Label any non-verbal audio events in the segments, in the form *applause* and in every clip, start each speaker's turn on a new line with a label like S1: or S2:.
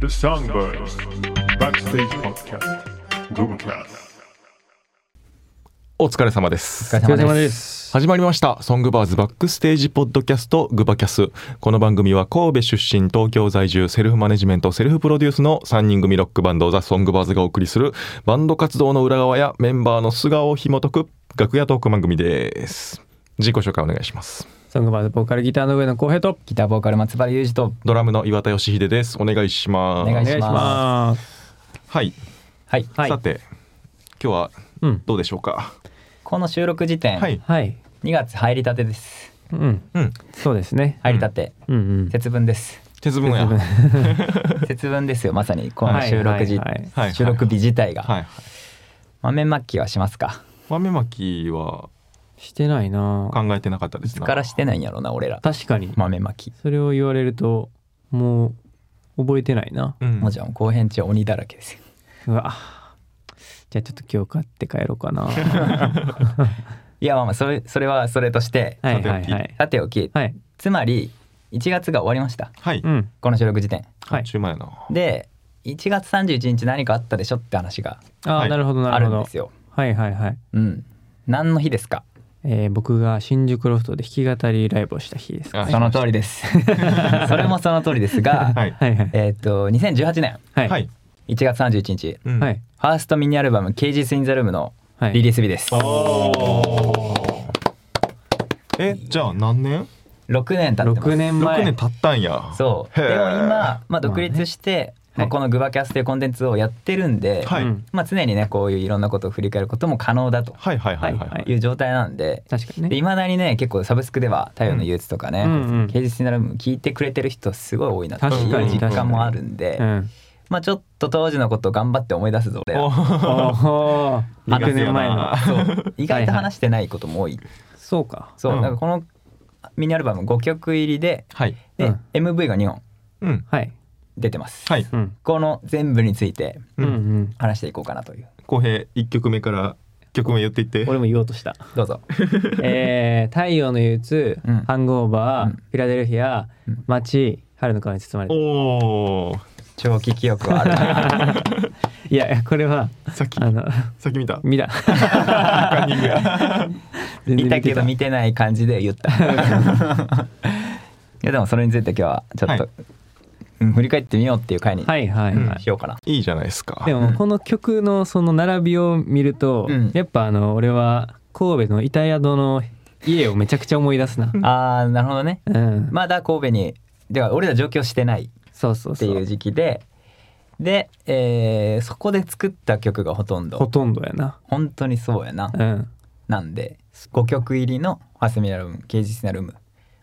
S1: Songbirds Backstage Podcast Googlecast
S2: お疲れ様です。
S3: お疲れ様です。
S2: 始まりました。ソングバーズバックステージポッドキャストグバキャス。この番組は神戸出身、東京在住、セルフマネジメント、セルフプロデュースの3人組ロックバンドザ・ソングバーズがお送りするバンド活動の裏側やメンバーの素顔を紐解く楽屋トーク番組です。自己紹介お願いします。
S4: ソングバーズボーカルギターの上野浩平と。。
S3: ギターボーカル松原裕二と
S2: ドラムの岩田義秀です。お願いします。
S3: お願いします
S2: はい。
S3: はい、
S2: さて、今日は
S4: うん。
S2: どうでしょうか。
S3: この収録時点、
S2: はい。
S4: はい。
S3: 2月入りたてです
S4: うん。
S2: うん。
S4: そうですね。
S3: 入りたて、
S4: うんうん。
S3: 節分です
S2: 鉄分や。はい
S3: 節分ですよまさにこの収録時、
S4: はいはいはい
S2: はい
S3: 収録日自体が、
S2: はい。
S3: 豆まきはしますか
S2: 豆まきは
S4: してないな。
S2: 考えてなかったです
S3: いつ
S2: な
S3: からしてないんやろな俺ら
S4: 確かに。
S3: 豆まき、
S4: それを言われると、もう覚えてないな。
S2: うん、
S3: もうじゃん後編中は鬼だらけですよ
S4: うわ。じゃあちょっと今日買って帰ろうかな。はい
S3: やまあまあそれそれはそれとして、
S4: いはいはい。
S3: さておき、
S4: はい。
S3: つまり1月が終わりました
S2: はい、
S4: うん。
S3: この収録時点
S4: はい。
S2: 中前やな
S3: で1月31日何かあったでしょって話が
S4: あ
S2: は
S4: あ、
S2: い
S4: なるほどな
S3: あ
S4: る
S3: る
S4: ほ
S3: ん
S4: ど
S3: で。すよ、
S4: はいはいはい。
S3: うん何の日ですか
S4: えー僕が新宿ロフトで弾き語りライブをした日ですか。
S2: あ
S3: その通りですそれもその通りですが、
S2: はい
S4: はいはい。
S3: えっ、と2018年
S4: は。
S2: はいい、
S4: はい。
S3: 1月31日
S2: うん
S4: はい。
S3: ファーストミニアルバム「Cages in the Room」の
S4: はい
S3: リリース日です、
S2: えじゃあ何年
S3: 6年経ってます
S4: 6年前。
S2: 六年経ったんや
S3: そう
S2: へ
S3: で
S2: ー
S3: も今、まあ、独立して、ま
S4: まあねは
S3: あ
S4: い
S3: このグバキャスというコンテンツをやってるんで、
S2: はい
S4: うん
S3: まあ、常にねこういういろんなことを振り返ることも可能だと
S2: はいはいはいはい
S4: はいは
S3: いう状態なんで
S4: 確かに
S3: い
S4: ね。
S3: まだにね結構サブスクでは「太陽の憂鬱」とかね
S4: うんうん
S3: 「Cages in the Room」聞いてくれてる人すごい多いなって
S4: 確
S2: か
S3: いう
S2: に
S3: 実感もあるんで、
S4: うん。
S3: *laughs* まあちょっと当時のこと頑張って思い出すぞ俺ら
S2: おー
S4: *laughs* ああ、
S2: 苦
S4: 6
S2: 手や
S4: 年前
S2: な
S4: の。
S3: そう意外と話してないことも多い。
S4: そうか。
S3: そう、
S2: うん
S3: なんかこのミニアルバム5曲入りで、
S2: はい
S3: で、
S4: うん
S3: MV が2本
S2: うん
S4: はい。
S3: 出てます。
S2: はい
S4: うん。
S3: この全部について
S4: うんうん。
S3: 話していこうかなという。
S2: 浩平一曲目から曲名言っていって
S4: 俺も言おう
S3: *laughs*
S4: とした。
S3: どうぞ。
S4: えー、太陽の憂鬱、
S3: うん
S4: ハングオーバ
S3: う
S4: ー、
S3: ん
S4: フィラデルフィア
S3: うん、
S4: 街、春の顔に包まれて。
S2: おお
S3: 長期記憶はあるな。
S4: いやいや、これは、
S2: さっき
S4: あの、 *laughs*
S2: さっき見た
S4: 見た。
S2: カンニング
S4: *laughs*
S2: や
S3: 見
S4: 全然
S3: たけど
S4: 見
S3: 見てない感じで言った。いやでもそれについて今日はちょっと、
S2: はい
S3: うん振り返ってみようっていう回に
S4: たはいはいは
S3: し
S4: い。
S3: ようかな。
S2: いいじゃないですか
S4: でも、この曲のその並びを見ると
S3: うん、
S4: やっぱあの、俺は神戸の板宿の家をめちゃくちゃ思い出すな。
S3: あーなるほどね。
S4: うん。
S3: まだ神戸にでは俺ら上京してない
S4: そうそう
S3: って
S4: そ
S3: いう
S4: う。
S3: 時期でで、えーそこで作った曲がほとん
S4: ほ
S3: ど
S4: とんどやな。
S3: 本当にそうやな
S4: うん。
S3: なんで5曲入りの「ファスミナルーム」「芸術なルーム」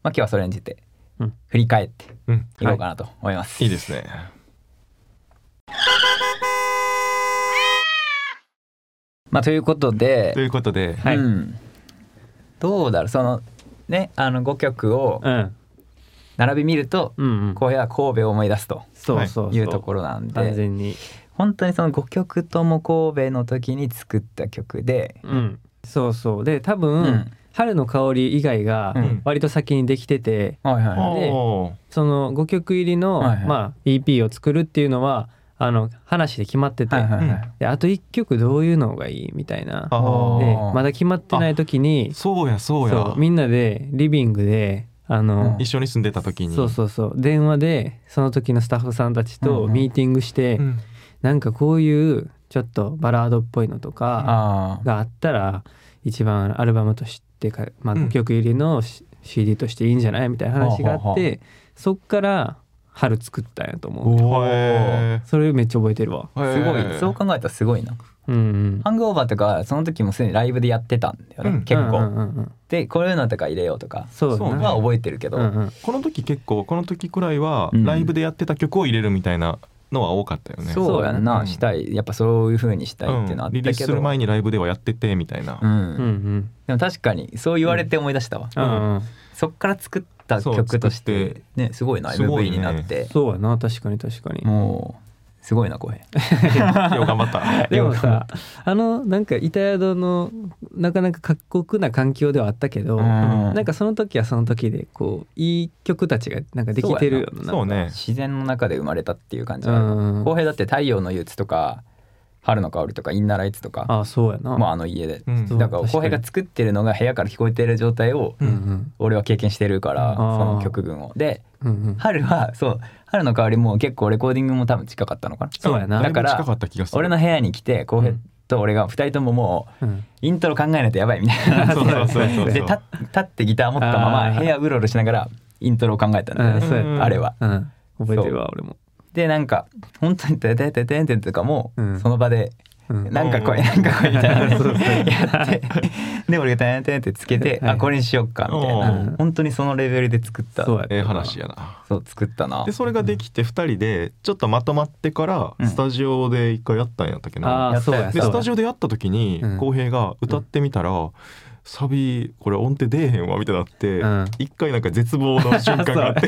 S3: まあ今日はそれについて
S4: うん
S3: 振り返って
S2: うん
S3: いこうかなと思います、
S2: いいですね
S3: まあ、ということで
S2: と、いうことで、
S4: はい
S3: うんどうだろうそのねあの5曲を
S4: うん。
S3: 並び見ると
S4: うんうん。
S3: 浩平は神戸を思い出すと
S4: そう
S2: はい
S4: そうそう。
S3: いうところなん
S4: 完
S3: で
S4: 全に。
S3: 本当にその5曲とも神戸の時に作った曲で、
S4: うん。そうそう。で、多分、
S3: うん
S4: 春の香り以外が
S3: うん
S4: 割と先にできてて、
S3: はいはいはい
S2: おー
S4: その5曲入りの、
S3: はいはい
S4: まあ、EP を作るっていうのはあの話で決まってて、
S3: はいはいはい
S2: うん
S4: であと1曲どういうのがいいみたいな
S2: あー
S4: で
S3: おー
S4: まだ決まってない時に
S2: そうやそうや
S4: そうみんなでリビングであの、
S2: 一緒に住んでた時に
S4: そうそうそう電話でその時のスタッフさんたち
S3: う
S4: と
S3: んうん
S4: ミーティングして、
S2: うん
S4: なんかこういうちょっとバラードっぽいのとか。
S3: あ
S4: があったら一番アルバムとしてか、まあ、
S2: うん
S4: 5曲入りのし CD としていいんじゃないみたいな話があっ
S3: はあ
S4: て
S3: はあは
S4: そっから春作ったんやと思う
S2: おー
S4: それめっちゃ覚えてるわ
S2: へ
S3: あ
S2: ー
S3: すごい、そう考えたらすごいな
S4: うんうん
S3: ハングオーバーとかその時もすでにライブでやってたんだよね、
S2: うん
S3: 結構、
S4: うんうんうん
S3: でこういうのとか入れようとか
S4: そう
S2: そう
S4: だ
S2: ね
S4: な
S3: は覚えてるけど、
S4: うんうん
S2: この時結構この時くらいは
S3: うん
S2: ライブでやってた曲を入れるみたいなのは多かったよね。
S3: そうやんな、
S2: うん
S3: したいやっぱそういう風にしたいっていうのあ
S2: う
S3: っ
S2: んリリ
S3: た
S2: ー
S3: け
S2: ス
S3: ど、
S2: す
S3: う
S2: る
S3: ん
S2: 前にライブではやっててみたいな。
S4: うんうん
S3: でも確かにそう言われて思い出したわ、
S4: うんうん
S3: そっから作った
S2: そう
S3: 曲とし
S2: 作って
S3: ねすごいな
S2: すご
S3: MV
S2: いね
S3: になって
S4: そうやな確かに確かに
S3: もうすごいな浩平
S2: よう頑張
S3: *laughs*
S2: った。
S4: でもさあのなんか板宿のなかなか過酷な環境ではあったけど、
S3: うん
S4: なんかその時はその時でこういい曲たちがなんかできてるような
S2: そうね。
S3: 自然の中で生まれたっていう感じ
S4: う
S3: がある
S4: ん
S3: 浩平だって「太陽の憂鬱」とか「春の香り」とか「インナーライツ」とか
S4: あそうやな、
S3: まああの家で、
S2: うん
S3: だから
S4: 確か
S3: 浩
S4: に
S3: 平が作ってるのが部屋から聞こえてる状態を
S4: うんうん
S3: 俺は経験してるから、
S4: ん
S3: その曲群をで
S4: うんうん、
S3: 春はそう春の香りも結構レコーディングも多分近かったのかな
S4: そうやな
S2: だ
S3: だ
S2: か
S3: からら
S2: 近かった気がする。
S3: 俺の部屋に来て浩平
S4: うん
S3: と俺が2人とももう
S4: うん
S3: イントロ考えないとやばいみたい
S4: *laughs*
S3: な
S2: そうそうそうそう
S3: で立っ立ってギター持ったま
S4: あ
S3: ま
S4: ー
S3: 部屋うろうろしながらイントロを考えたんだよ
S4: うん
S3: ね、
S4: そうや
S2: った
S3: あれは。
S4: うん、覚えてるわ俺も、
S3: でなんか本当に「ててててんてん」とかも
S4: うん
S3: その場で
S4: うん
S3: 「なんかこれなんかこれ」みたいな
S2: そうそう
S3: やってで俺が「てんてん」ってつけて「
S4: はい
S3: あこれにしよっか」みたい
S2: お
S4: ー
S3: な本当にそのレベルで作った
S4: そうやった
S2: ええ話やな。
S3: そう作ったな
S2: でそれができて2人でちょっとまとまってか
S3: うん
S2: らスタジオで一回やったんやったっけ
S4: あ
S2: な。
S4: あそう
S3: や
S4: や
S3: っ
S2: で
S4: そう
S2: ス
S4: や
S2: タジオでやった時に
S4: うん
S2: 浩平が歌ってみたらサビこれ音程出えへんわみたいになって
S4: うん
S2: 一回なんか絶望の瞬間があ
S4: *laughs*
S2: って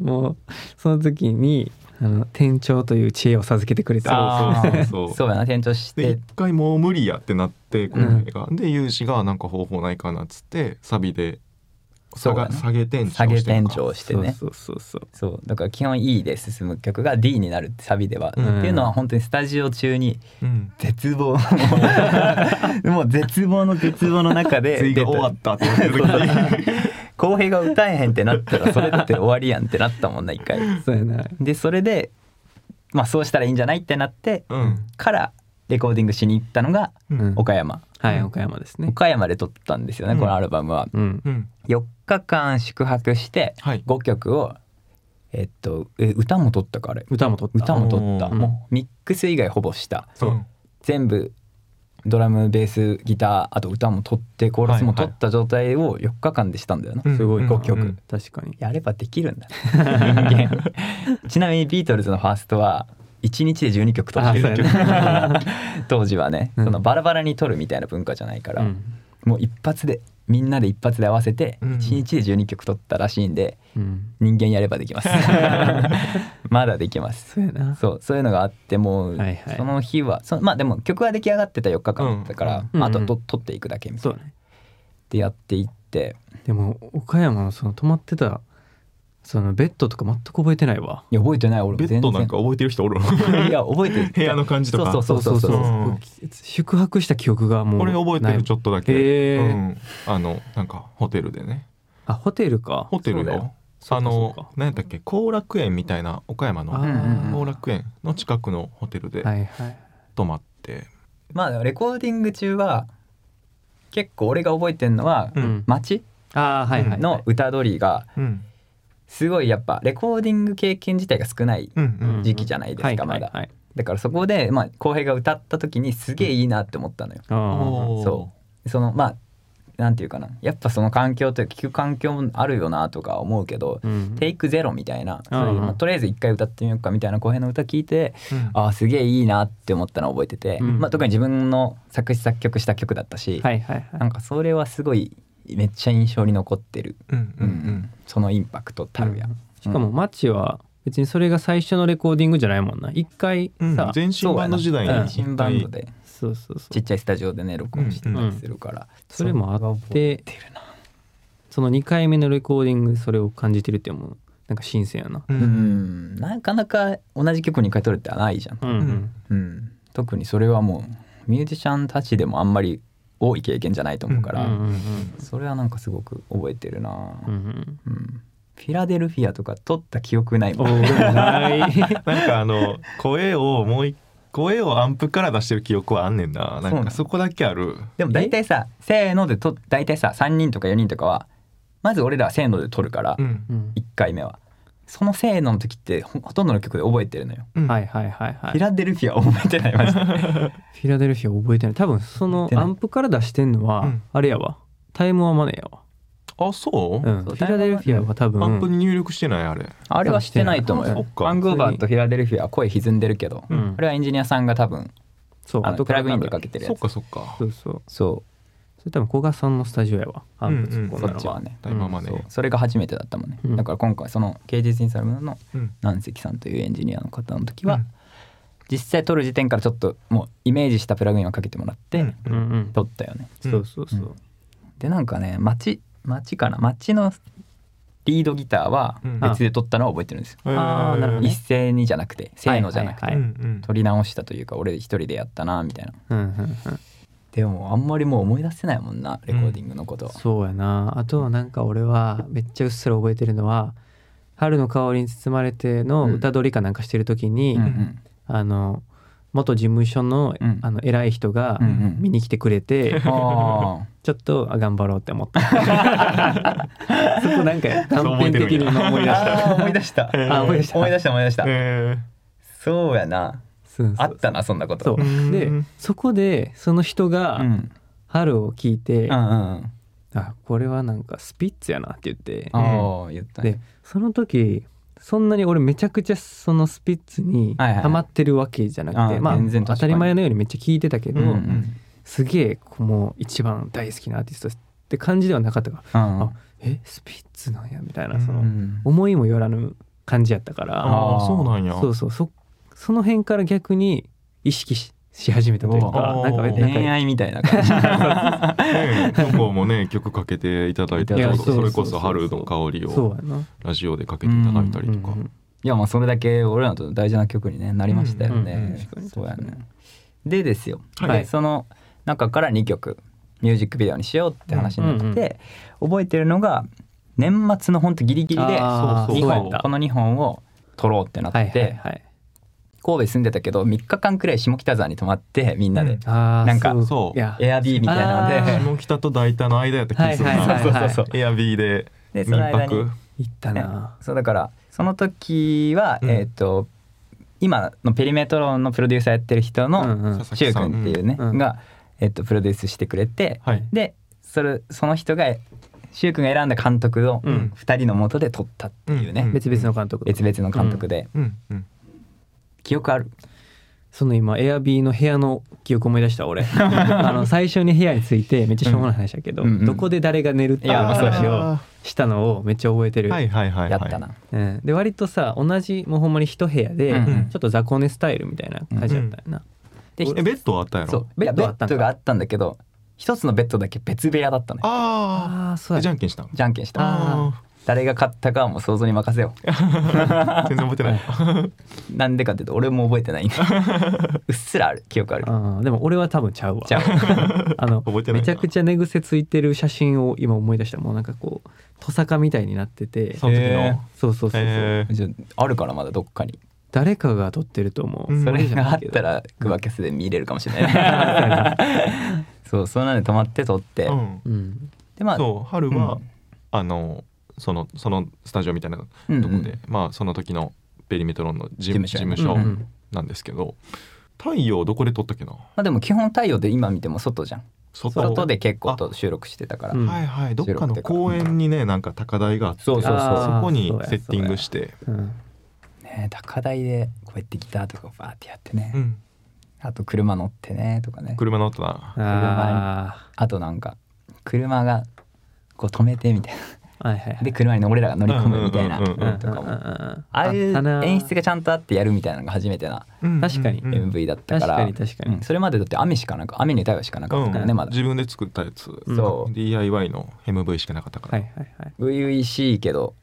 S4: もうその時にあの店長という知恵を授けてくれた
S3: あー
S2: そうそうそう
S3: *laughs* そうやな転調
S2: *laughs*
S3: し
S2: で
S3: て
S2: 一回もう無理やってなって浩平がで有志がなんか方法ないかなっつってサビで下
S3: そうや
S2: が
S3: な
S2: 下げ店長
S3: 下げ転
S2: してんか
S3: 調してね
S4: そうそうそうそう
S3: そうだから基本 E で進む曲が D になるってサビでは、
S2: うん
S3: っていうのは本当にスタジオ中に
S2: うん
S3: 絶望
S2: *laughs*
S3: もう絶望の絶望の中で
S2: 全員が終わったって言ってる時
S3: *laughs*
S2: に
S3: 浩平が歌えへんってなったらそれだって終わりやんってなったもんな一回
S4: そうやな
S3: でそれでまあそうしたらいいんじゃないってなって
S2: うん
S3: からレコーディングしに行ったのが
S2: うん
S3: 岡山、
S4: はい岡山ですね
S3: 岡山で撮ったんですよね、
S2: うん
S3: このアルバムは
S4: うん
S2: うん
S3: 4日間宿泊して
S2: はい
S3: 5曲をえっとえ歌も撮ったかあれ
S4: 歌も撮った
S3: 歌も撮った
S2: おー
S3: もうミックス以外ほぼした
S2: そう
S3: 全部ドラムベースギターあと歌も撮ってコーラスも撮った状態を4日間でしたんだよな、
S2: うん
S4: すごい
S2: うん
S4: 5
S2: う
S4: 曲
S2: ん
S4: 確かに
S3: やればできるんだ人間
S4: *laughs*
S3: ちなみにビートルズのファーストは1日で12曲撮ってる
S4: あそうや
S3: *laughs* 当時はね、
S4: うん
S3: そのバラバラに撮るみたいな文化じゃないから、
S4: うん
S3: もう一発でみんなで一発で合わせて
S2: うん
S3: 1日で12曲撮ったらしいんで
S4: うん
S3: 人間やればできます
S4: *laughs*
S3: まだできます
S4: そうやな
S3: そうそういうのがあってもう、
S4: はいはい
S3: その日はそまあでも曲は出来上がってた4日間だったから、
S4: うん
S3: あと
S4: うん
S3: と撮っていくだけみた
S4: そ
S3: いうなっ
S4: ね
S3: てやっていって
S4: でも岡山のその泊まってたそのベッドとか全く覚えてないわ
S3: いや覚えてない俺も
S2: ベッ
S3: 全然
S2: ドなんか覚えてる人おる *laughs*
S3: *laughs* いや覚えてる
S2: 部屋の感じとか
S3: そうそうそうそうそう
S2: うん
S4: 宿泊した記憶がもう
S2: 俺覚えて
S4: ない
S2: るちょっとだけ、
S4: へー
S2: うん、あのなんかホテルでね
S4: あホテルか
S2: ホテル
S3: そうだ
S2: の
S3: よ
S2: あ
S4: そうか
S2: の何やったっけ後楽園みたいな岡山
S4: あ
S2: の
S4: ー
S2: 後楽園の近くのホテルで
S4: はいはい
S2: 泊まって、
S3: まあレコーディング中は結構俺が覚えてるのは
S2: うん
S4: うん
S3: 街
S4: ああはいはいはい
S3: の歌鳥が
S2: うん
S3: すごいやっぱレコーディング経験自体が少ない
S2: うん
S4: うん
S3: 時期じゃないですかまだ
S4: はいはいはい
S3: だからそこでまあ浩平が歌った時にすげえいいなって思ったのよ
S4: あー
S2: おー
S3: そそのまあなんていうかなやっぱその環境というか聞く環境もあるよなとか思うけど
S4: うん
S3: テイクゼロみたいな
S4: うん
S3: そういうまあとりあえず一回歌ってみようかみたいな浩平の歌聞いて
S2: うん
S3: あーすげえいいなって思ったのを覚えてて
S4: うん
S3: まあ特に自分の作詞作曲した曲だったし
S4: はいはい
S3: な
S4: は
S3: んかそれはすごいめっちゃ印象に残ってる、
S2: うんうんうん
S3: そのインパクトたる
S4: い
S3: や、
S4: しかもマッチは別にそれが最初のレコーディングじゃないもんな一回
S2: うん
S4: さ
S2: 全身バンド時代に
S4: そうやな
S2: 一回
S3: 新バンドで
S4: そうそうそ
S3: ち
S4: う
S3: っちゃいスタジオでね録音してたりするから、
S4: それもあってその2回目のレコーディングでそれを感じてるっていうのもなんか新鮮やな
S2: う
S3: うんんなかなか同じ曲に回撮るってないじゃん、
S4: うん
S2: うん
S3: うん特にそれはもうミュージシャンたちでもあんまり多い経験じゃないと思うか
S4: う
S3: ら、
S4: んうん
S3: それはなんかすごく覚えてるな、
S4: うんうん
S3: うんフィラデルフィアとか撮った記憶ない
S4: お
S3: もん *laughs*
S4: ーない
S2: *laughs* なんかあの声をもう一声をアンプから出してる記憶はあんねんなな
S3: そうんな
S2: か
S3: ん
S2: そこだけある
S3: でも大体さ「せーの」でと大体さ3人とか4人とかはまず俺らは「せーの」で撮るから、
S2: ん
S4: うん
S3: 1回目はそのせーのの時ってほほとんどの曲で覚えてるのよ、
S2: うん
S4: はいはいはいはい
S3: フィラデルフィアは覚えてないマジで
S4: フィラデルフィア覚えてない多分その
S3: 覚えてない
S4: アンプから出してんの
S2: う
S4: は
S2: ん
S4: あれやわタイムはマネーやわ、
S2: あそう、
S4: うん、
S3: そ
S4: フ
S3: う
S4: ィラデルフィアは多分
S2: アンプに入力してないあれ
S3: あれはしてないと思う
S2: そっ
S3: よ
S2: か
S3: バンクーバーとフィラデルフィアは声歪んでるけど、
S4: う
S2: うん
S4: ん
S3: あれはエンジニアさんが多分
S4: そう
S3: あのプラグインでかけて
S4: て
S3: るや
S2: そっ
S3: つ
S2: かそっか
S4: そうそう
S3: そ
S4: それ多分古賀さんのスタジオやわアン
S2: う
S4: プ
S2: んうん
S3: う
S4: こん
S3: そ
S4: なの
S3: っちはね
S2: だいぶま
S3: そ
S2: で、
S3: うそれが初めてだったもんね、
S4: うん
S3: だから今回その KJ インサルムの
S2: うん
S3: 南関さんというエンジニアの方の時
S2: う
S3: は
S2: ん
S3: 実際撮る時点からちょっともうイメージしたプラグインをかけてもらって
S4: うんうん
S3: 撮ったよね、
S2: うん
S4: そうそうそう、
S3: でなんかね街街かな街のリードギターは
S2: うん
S3: 別で撮ったのは覚えてるんですよ、
S4: あーなるほどね
S3: 一斉にじゃなくてせーのじゃなくて、
S4: はい
S2: うんうん
S3: 撮り直したというか俺一人でやったなみたいな
S4: うんうんうん
S3: でもあんまりもう思い出せないもんなレコーディングのことは、
S4: そうやなあとはなんか俺はめっちゃうっすら覚えてるのは「春の香りに包まれて」の歌取りかなんかしてる時に、
S3: うんうん
S4: あの元事務所の,、
S3: うん
S4: あの偉い人が
S3: うんうん
S4: 見に来てくれて、 *laughs*
S3: ああ
S4: ちょっとあ頑張ろうって思ったそこなんか断片的に今思い出し
S3: *laughs*
S4: た
S3: あー思い出した
S2: えー
S4: *laughs* あ思い出した
S3: *laughs* 思い出した思い出した、
S2: え
S3: そうやな
S4: そうそう
S3: あったなそんなこと
S4: そう
S2: うーん
S4: でそこでその人
S3: う
S4: が
S3: ん、
S4: 「春」を聞いて「
S3: うんうんうん
S4: あこれはなんかスピッツやな」って言って
S3: ああ言った
S4: で
S3: ね
S4: その時そんなに俺めちゃくちゃそのスピッツに
S3: はいはい
S4: ハマってるわけじゃなくて、
S3: あー
S4: まあ
S3: 全然
S4: 当
S3: 確
S4: た
S3: かに
S4: り前のようにめっちゃ聞いてたけど、
S3: うん
S4: すげえこうもう一番大好きなアーティストって感じではなかったから、
S3: うん
S4: あえスピッツなんやみたいな
S2: うん
S4: その、
S3: うん
S4: 思いもよらぬ感じやったか
S2: ー、
S4: ら、
S2: あ
S3: あ
S2: あ
S3: ー
S2: そうなんや
S4: そうそうそその辺から逆に意識しし始めたというか
S2: お
S4: なん
S2: ー
S4: かなんか
S3: 恋愛みたいな感
S4: *laughs*
S3: じ
S2: ねえ向こうもね曲かけていただいた
S3: い
S2: り
S3: や
S2: と
S3: そう
S2: か
S3: そ
S2: そうれ
S4: そう
S2: こそ「春の香り」
S4: そ
S2: を
S4: うやな
S2: ラジオでかけていただいたりとか
S4: うんうん
S3: いやまあそれだけ俺らと大事な曲にねなりましたよね、
S4: うんうんうん確かに
S3: そうやねでですよ、
S2: はい
S3: でその中から2曲ミュージックビデオにしようって話になって、
S4: うんうん
S3: 覚えてるのが年末のほんとギリギリで
S4: あ
S2: ー
S3: 二
S2: そう
S3: 本
S2: やった
S3: この2本を撮ろうってなって、
S4: はいはいはい
S3: 神戸住んでたけど3日間くらい下北沢に泊まってみんなで、
S4: あー
S3: なんか
S2: そう
S4: いや
S3: エアビーみたいな
S4: あー
S3: の
S2: 下北と大田の間やった気がする
S4: はいはい
S2: な
S4: はいはい
S3: そうそう
S2: エアビーで
S3: ででその
S2: 民
S3: 間に
S2: 泊
S4: 行ったな
S3: そうだからその時は、
S2: うん
S3: えっ、と今のペリメトロンのプロデューサーやってる人の、
S4: うんうん
S2: 佐々
S3: シュ
S2: 木
S3: ウ
S2: さん
S3: 君っていうね、
S4: うんうん
S3: が、えっと、プロデュースしてくれて、
S2: はい
S3: でそれその人がシュウ君が選んだ監督を
S4: うん
S3: 2人の元で撮ったっていうね、
S2: うん
S4: 別々の監督
S3: 別々の監督で、
S2: うんうん
S3: 記憶ある
S4: その今エアビーの部屋の記憶思い出し
S3: *laughs*
S4: た俺あの最初に部屋に着いてめっちゃしょうもない話だけど、
S3: うんうんうん
S4: どこで誰が寝るっていう
S3: いやそうです
S4: 話
S3: よ
S4: をしたのをめっちゃ覚えてる、
S2: はいはいはいはい
S3: やったな、
S4: うん、で割とさ同じもうほんまに一部屋で、
S3: うんうん
S4: ちょっと雑魚寝スタイルみたいな感じだったよな、
S3: で
S2: えベッドはあったやろ
S3: そう
S4: ベ
S3: ベッ
S4: ッドは
S3: ド
S4: あったんか
S3: があったんだけど一つのベッドだけ別部屋だったのよ
S2: あ
S4: ああそ
S2: あ
S4: う
S2: じゃ
S4: や
S2: んけんした
S3: *laughs*
S2: ん
S3: じゃんけんしても
S2: あ
S3: 誰が勝ったかはもう想像に任せよ
S2: ー全然覚えてない
S3: うなんでかっていうと俺も覚えてないんだ *laughs* うっすらある記憶ある
S4: あーでも俺は多分ちゃうわ
S3: じゃ
S4: あの
S2: 覚えてないな
S4: めちゃくちゃ寝癖ついてる写真を今思い出したもうなんかこうトサカみたいになってて
S2: その時の
S3: えー
S4: そうそうそうそう、
S2: え
S3: あじゃああるからまだどっかに
S4: 誰かが撮ってると思う、
S2: うん
S3: それ
S4: 俺じゃ
S3: があ
S4: な
S3: っ
S4: いけど
S3: たらグバキャスで見れるかもしれない。そう、そんなんで泊まって撮って、
S2: ーうん
S4: うん
S3: でまあ
S2: そう春は
S3: うん
S2: あのそのそのスタジオみたいなとこ
S3: うんうん
S2: でまあその時のペリメトロンの事
S3: 事
S2: 務
S3: 務所
S2: 事
S3: や
S2: 務
S3: ね
S2: 所
S4: うんうん
S2: なんですけど太陽どこで撮ったっけな
S3: まあでも基本太陽で今見ても外じゃん。
S2: 外
S3: 外で結構と収録してたから。
S4: う
S3: うんん
S2: はいはいどっか
S3: 白く
S2: の
S3: てか
S2: 公園にねなんか高台があって
S3: そうそうそう
S2: そこに
S4: あーそうや
S2: セッティングして
S4: うん
S3: ねえ高台でこうやってギターとかバーってやってね。
S2: うん
S3: あと車乗ってねとかね。
S2: 車乗ったな
S4: あ
S3: あとなんか車がこう止めてみたい
S4: あはいはいは
S3: な。
S4: い
S3: で車に俺らが乗り込むみたいな
S2: うんうんうんうん
S3: とかも。
S4: あ
S3: ああいう演出
S4: が
S3: がちゃんとあってやるみたいなのが初めてな
S4: 確かに
S2: うんうん
S3: MV だったから、
S4: 確かに確かに
S3: うんそれまでだって雨しかなく雨に歌うしかなかったからね、
S2: うん
S3: まだ
S2: 自分で作ったやつ
S4: うん
S3: そう
S2: DIY の MV しかなかったか
S4: はい
S2: ら
S4: はいはい
S3: 初々しいけど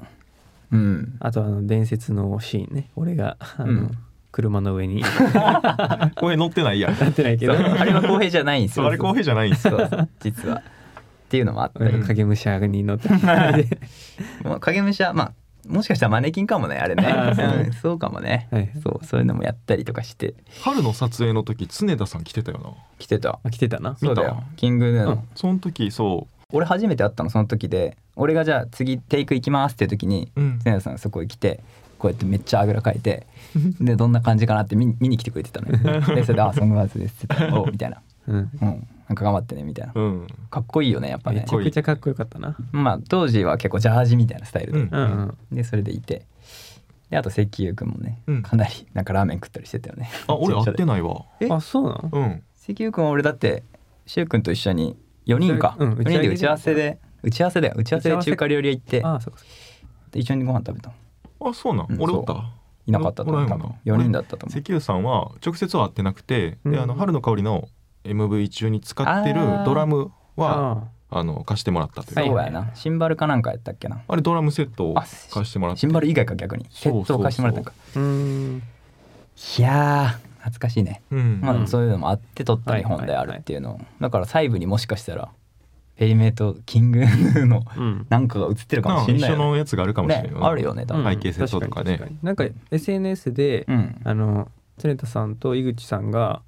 S3: うん
S4: あとあの伝説のシーンね俺があ
S3: う
S4: の、
S3: ん
S4: 車の上にな
S2: これ乗ってないやん
S4: ってないけど
S3: あれは公平じゃないんです
S2: そう
S3: よ
S2: あれ公平じゃないんですよ
S3: そうそう実はっていうのもあった
S4: 俺
S3: り、
S4: が影武者に乗ってはい
S3: もう影武者まあもしかしたらマネキンかもねあれね
S4: あーそうね
S3: うんそうかもね、
S4: はい
S3: そうそういうのもやったりとかして
S2: 春の撮影の時常田さん来てたよな
S3: 来てた
S4: あ来てたな
S2: 見た
S3: そうだよキングヌーの、
S4: うん
S2: その時そ
S3: 俺初めて会ったのその時で俺がじゃあ次テイク行きますっていう時に
S2: ううん
S3: 常田さんそこへ来てこうやってめっちゃあぐらかいてでどんな感じかなって見に見に来てくれてたのよでそれで「あソングバーズです」って言ったら「おうみたいな
S4: うん
S3: 「うんなんか頑張ってね」みたいな
S2: うん
S3: かっこいいよねやっぱ
S4: め
S3: ね
S4: ちゃくちゃかっこよかったな
S3: まあ当時は結構ジャージみたいなスタイルで、
S2: うん
S4: うんうん
S3: でそれでいてであと関裕君もね、
S2: うん
S3: かなりなんかラーメン食ったりしてたよね
S2: あ俺会って
S3: い
S2: ないわ
S3: え
S4: あそうなの
S2: うん
S3: 関裕君は俺だって柊君と一緒に4人か、
S4: うん
S3: 4人で打ち合わせで打ち合わせだよ打ち合わせで中華料理屋行って
S4: あそうかそ
S3: で一緒にご飯食べたの
S2: あそうなん
S3: うん
S2: 俺おった
S3: いなかったと思う多
S2: おらんよ
S3: 分
S2: な
S3: 4人だったと思う
S2: 関浦さんは直接は会ってなくて、
S4: うん
S2: であの春の香りの MV 中に使ってるドラムは
S4: あ
S2: あの貸してもらったというか、
S4: はい
S3: そうやなシンバルかなんかやったっけな
S2: あれドラムセットを貸してもらって
S3: シンバル以外か逆にセ
S2: そうそうそう
S3: ットを貸してもらったんか
S4: あうん
S3: いやー懐かしいね
S2: うん
S3: ま
S4: う
S3: あ
S4: ん
S3: そういうのもあって撮った日本であるっていうの、だから細部にもしかしたらペリメイトキングヌーの *laughs*
S4: うん
S3: なんかが映ってるかもしれ
S2: 一
S3: ない
S2: 緒
S3: よね
S2: のやつがあるかもしれない
S3: ねあるよね多分
S2: 背景セットとかね
S4: 確に確になんか SNS で、
S3: うん
S4: あの常田さんと井口さんが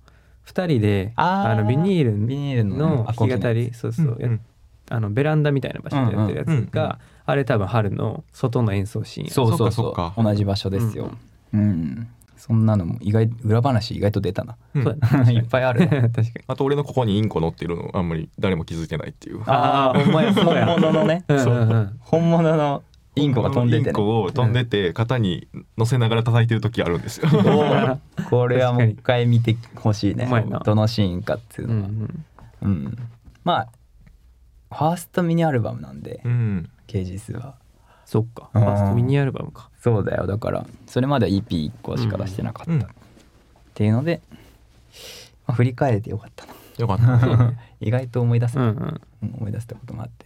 S4: 2人で
S3: あー
S4: あのビニール
S3: ビニール
S4: の
S3: の
S4: 弾き語りそうそう、や
S2: ん
S4: あのベランダみたいな場所でやってるやつ
S2: う
S4: が、
S2: んうんうんうん
S4: あれ多分春の外の演奏シーンや
S3: そうそ
S2: そ
S3: うそ
S2: っかそっ
S3: う
S2: か
S3: 同じ場所ですようん、そんなのも意外裏話意外と出たな
S2: うん
S4: そう *laughs*
S3: *laughs* いっぱいあるな
S4: 確かに
S2: あと俺のここにインコ乗ってるのあんまり誰も気づいてないっていう
S3: ああお前本物のね
S4: うんうんうん
S3: 本物のインコが飛んでて
S2: イン
S3: ね
S2: コを飛んでて型に乗せながら叩いてる時あるんですよ
S3: おーこれはもう一回見てほしいね
S4: ほんまやな
S3: どのシーンかっていう
S4: う
S3: のは、うん
S4: ん
S3: まあファーストミニアルバムなんで
S2: うん
S3: 「ケージスは
S4: そっか
S3: あ
S4: フ
S3: ー
S4: ァーストミニアルバムか
S3: そうだよだからそれまでは EP1 個しか出してなかった、
S2: うん
S3: っていうので、まあ、振り返れてよかったな
S2: よかった
S4: そうね
S3: 意外と思い出す、
S4: うんうん
S3: うん思い出したこともあって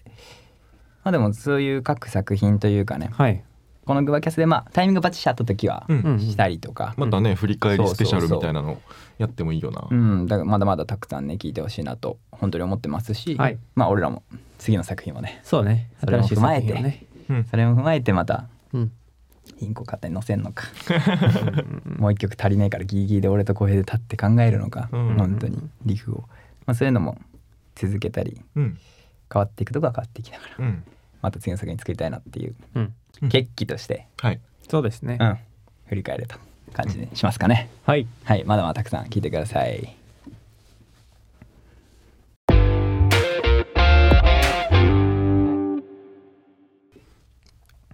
S3: まあでもそういう各作品というかね
S4: はい
S3: このグバキャスでまあタイミングバッチしちゃった時は
S2: うん
S4: うん
S3: したりとか、
S2: またね振り返りスペシャルみたいなのやってもいいよな
S3: うん、だからまだまだたくさんね聞いてほしいなと本当に思ってますし、
S4: はい
S3: まあ俺らも次の作品もね
S4: そうね
S3: それも
S4: 新しい
S3: 踏まえて
S4: 作品をね
S2: うん
S3: それも踏まえてまた
S4: うん
S3: インコ型に載せんのかもう一曲足りないからギリギリで俺と浩平で立って考えるのか、
S2: うん
S3: 本当にリフを、まあ、そういうのも続けたり
S2: うん
S3: 変わっていくとこは変わっていきながら
S2: うん
S3: また次の作品作りたいなっていう
S4: うん
S3: 決起として、
S2: はい
S4: そうですね
S3: うん振り返れた感じにしますかね、
S4: はい
S3: はいまだまだたくさん聞いてください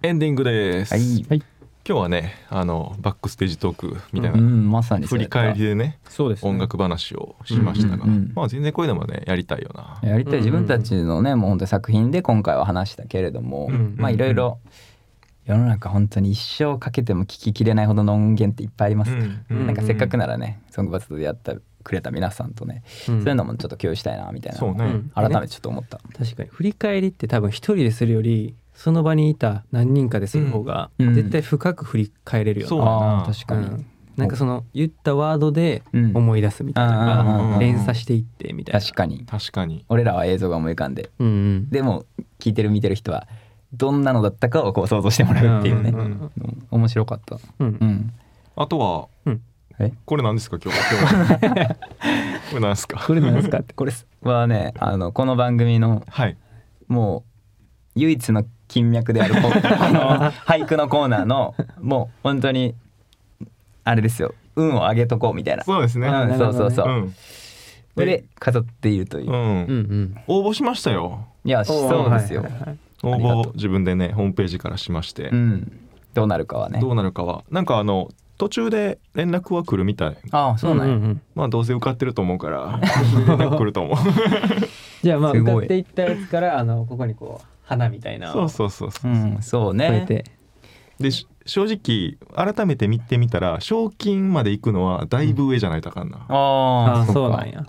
S2: エンディングです、
S3: はい
S2: 今日はねあのバックステージトークみたいうなん
S3: まさにそ
S2: 振
S3: うや
S2: り
S3: った
S2: 返りでね
S4: そうですね
S2: 音楽話をしましたが、
S3: うんうんうん
S2: まあ全然こういうのもねやりたいよな
S3: やりたい
S4: うんうん
S3: 自
S4: うん
S3: 分たちのねもう本当に作品で今回は話したけれど
S2: うん
S3: も、
S2: うんうん
S3: まあいろいろ世の中本当に一生かけても聞ききれないほどの音源っていっぱいありますから、
S2: うんうん
S3: なんかせっかくならね「ソングバツ」でやったくれた皆さんとね、
S4: うん
S3: そういうのもちょっと共有したいなみたいな
S2: そう
S3: のを
S2: ね、
S4: うん
S3: 改めてちょっと思った、
S4: 確かに振り返りって多分一人でするよりその場にいた何人かでする方が
S3: うん
S4: 絶対深く振り返れるよ
S2: そう
S4: ね
S2: だな
S3: あー確かに、
S4: うんなんかその言ったワードで
S3: うん
S4: 思い出すみたいな
S2: うんうん
S4: の
S2: うん
S4: が連鎖していってみたいな
S3: 確かに
S2: 確かに
S3: 俺らは映像が思い浮かんで
S4: うんうん
S3: でも聞いてる見てる人はどんなのだったかをこう想像してもらうっていうね、
S4: うんうん
S3: うん面白かった、
S4: うん
S3: う
S4: うん
S3: ん、
S2: あとは
S3: え
S2: これ何ですか今日今日 *laughs* これ何ですか
S4: これなんで
S2: *laughs*
S4: すかって
S3: これはねあのこの番組の
S2: はい
S3: もう唯一の金脈であるこ *laughs* この俳句のコーナーのもう本当にあれですよ運を上げとこうみたいな
S2: そうですね
S3: うん
S4: なる
S3: そう
S4: ほ
S3: そ
S4: ど
S3: う
S4: ね
S3: そううんそれで飾っているという、
S2: う
S3: い
S2: ん、
S4: うん
S2: 応募しましたよ
S3: や
S4: うん
S3: そうですよ、
S4: はいはいはい
S2: 応
S3: ありがと
S2: 募自分でねホームページからしまして、
S3: うんどうなるかはね
S2: どうなるかはなんかあの途中で連絡は来るみたい
S3: ああそうなんや、
S4: んん
S2: まあどうせ受かってると思うから連絡来ると思う
S4: じゃあまあ
S3: すごい、
S4: 歌っていったやつからあのここにこう花みたいな
S2: そう
S4: う
S2: そうそうそううん
S3: そう
S4: 添
S3: ね
S4: えて
S2: でし正直改めて見てみたら賞金まで行くのはだいぶ上じゃないとあかんな、
S3: あ
S4: あ
S3: あ
S4: あそう
S3: か
S4: なんや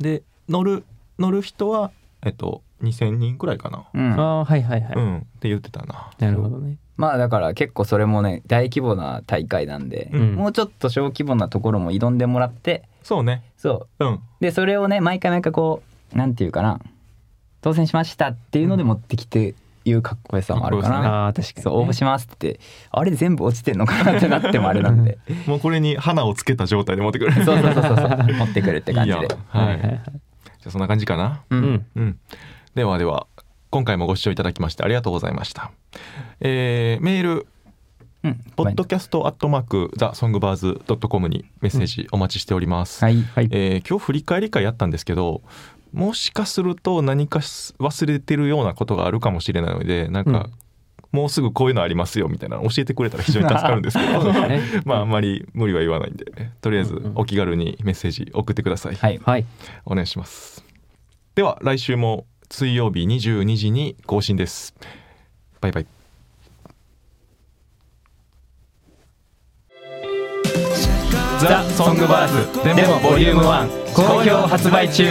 S2: で乗る乗る人はえっと2,000人くらいかな、
S3: うん
S4: ああはいはいはい
S2: うんって言ってたな
S4: なるほどね
S3: まあだから結構それもね大規模な大会なんで、
S2: うん
S3: もうちょっと小規模なところも挑んでもらって
S2: そうね
S3: そう
S2: うん
S3: でそれをね毎回毎回こうなんていうかな当選しましたっていうので持ってきていうかっこよさもある
S2: か
S3: か
S2: っこよ
S3: な、
S4: ああ確かにね
S3: そう応募しますってあれ全部落ちてんのかなってな
S2: *laughs*
S3: ってもあれなんで
S2: もうこれに花をつけた状態で持ってくる
S3: そうそうそうそうそう持ってくるって感じで
S2: いいや
S4: はい
S2: は
S4: はいい
S2: じ
S4: は
S2: ゃ
S4: い
S2: あそんな感じかな
S3: う
S4: うんん
S2: うん、ではでは今回もご視聴いただきましてありがとうございました、えーメール
S3: うん
S2: ポッドキャストアットマークザソングバーズドットコムにメッセージお待ちしております、
S3: はいはい
S2: えー今日振り返り会やったんですけどもしかすると何かし忘れてるようなことがあるかもしれないのでなんか、
S4: うん
S2: もうすぐこういうのありますよみたいなの教えてくれたら非常に助かるんですけ
S4: *laughs*
S2: ど
S4: ね
S2: まああんまり無理は言わないんでとりあえず
S4: うんうん
S2: お気軽にメッセージ送ってください、
S3: はい
S4: はい
S2: お願いしますでは来週も水曜日22時に更新ですバイバイ
S3: ザ・ソングバーズでもボリューム1好評発売中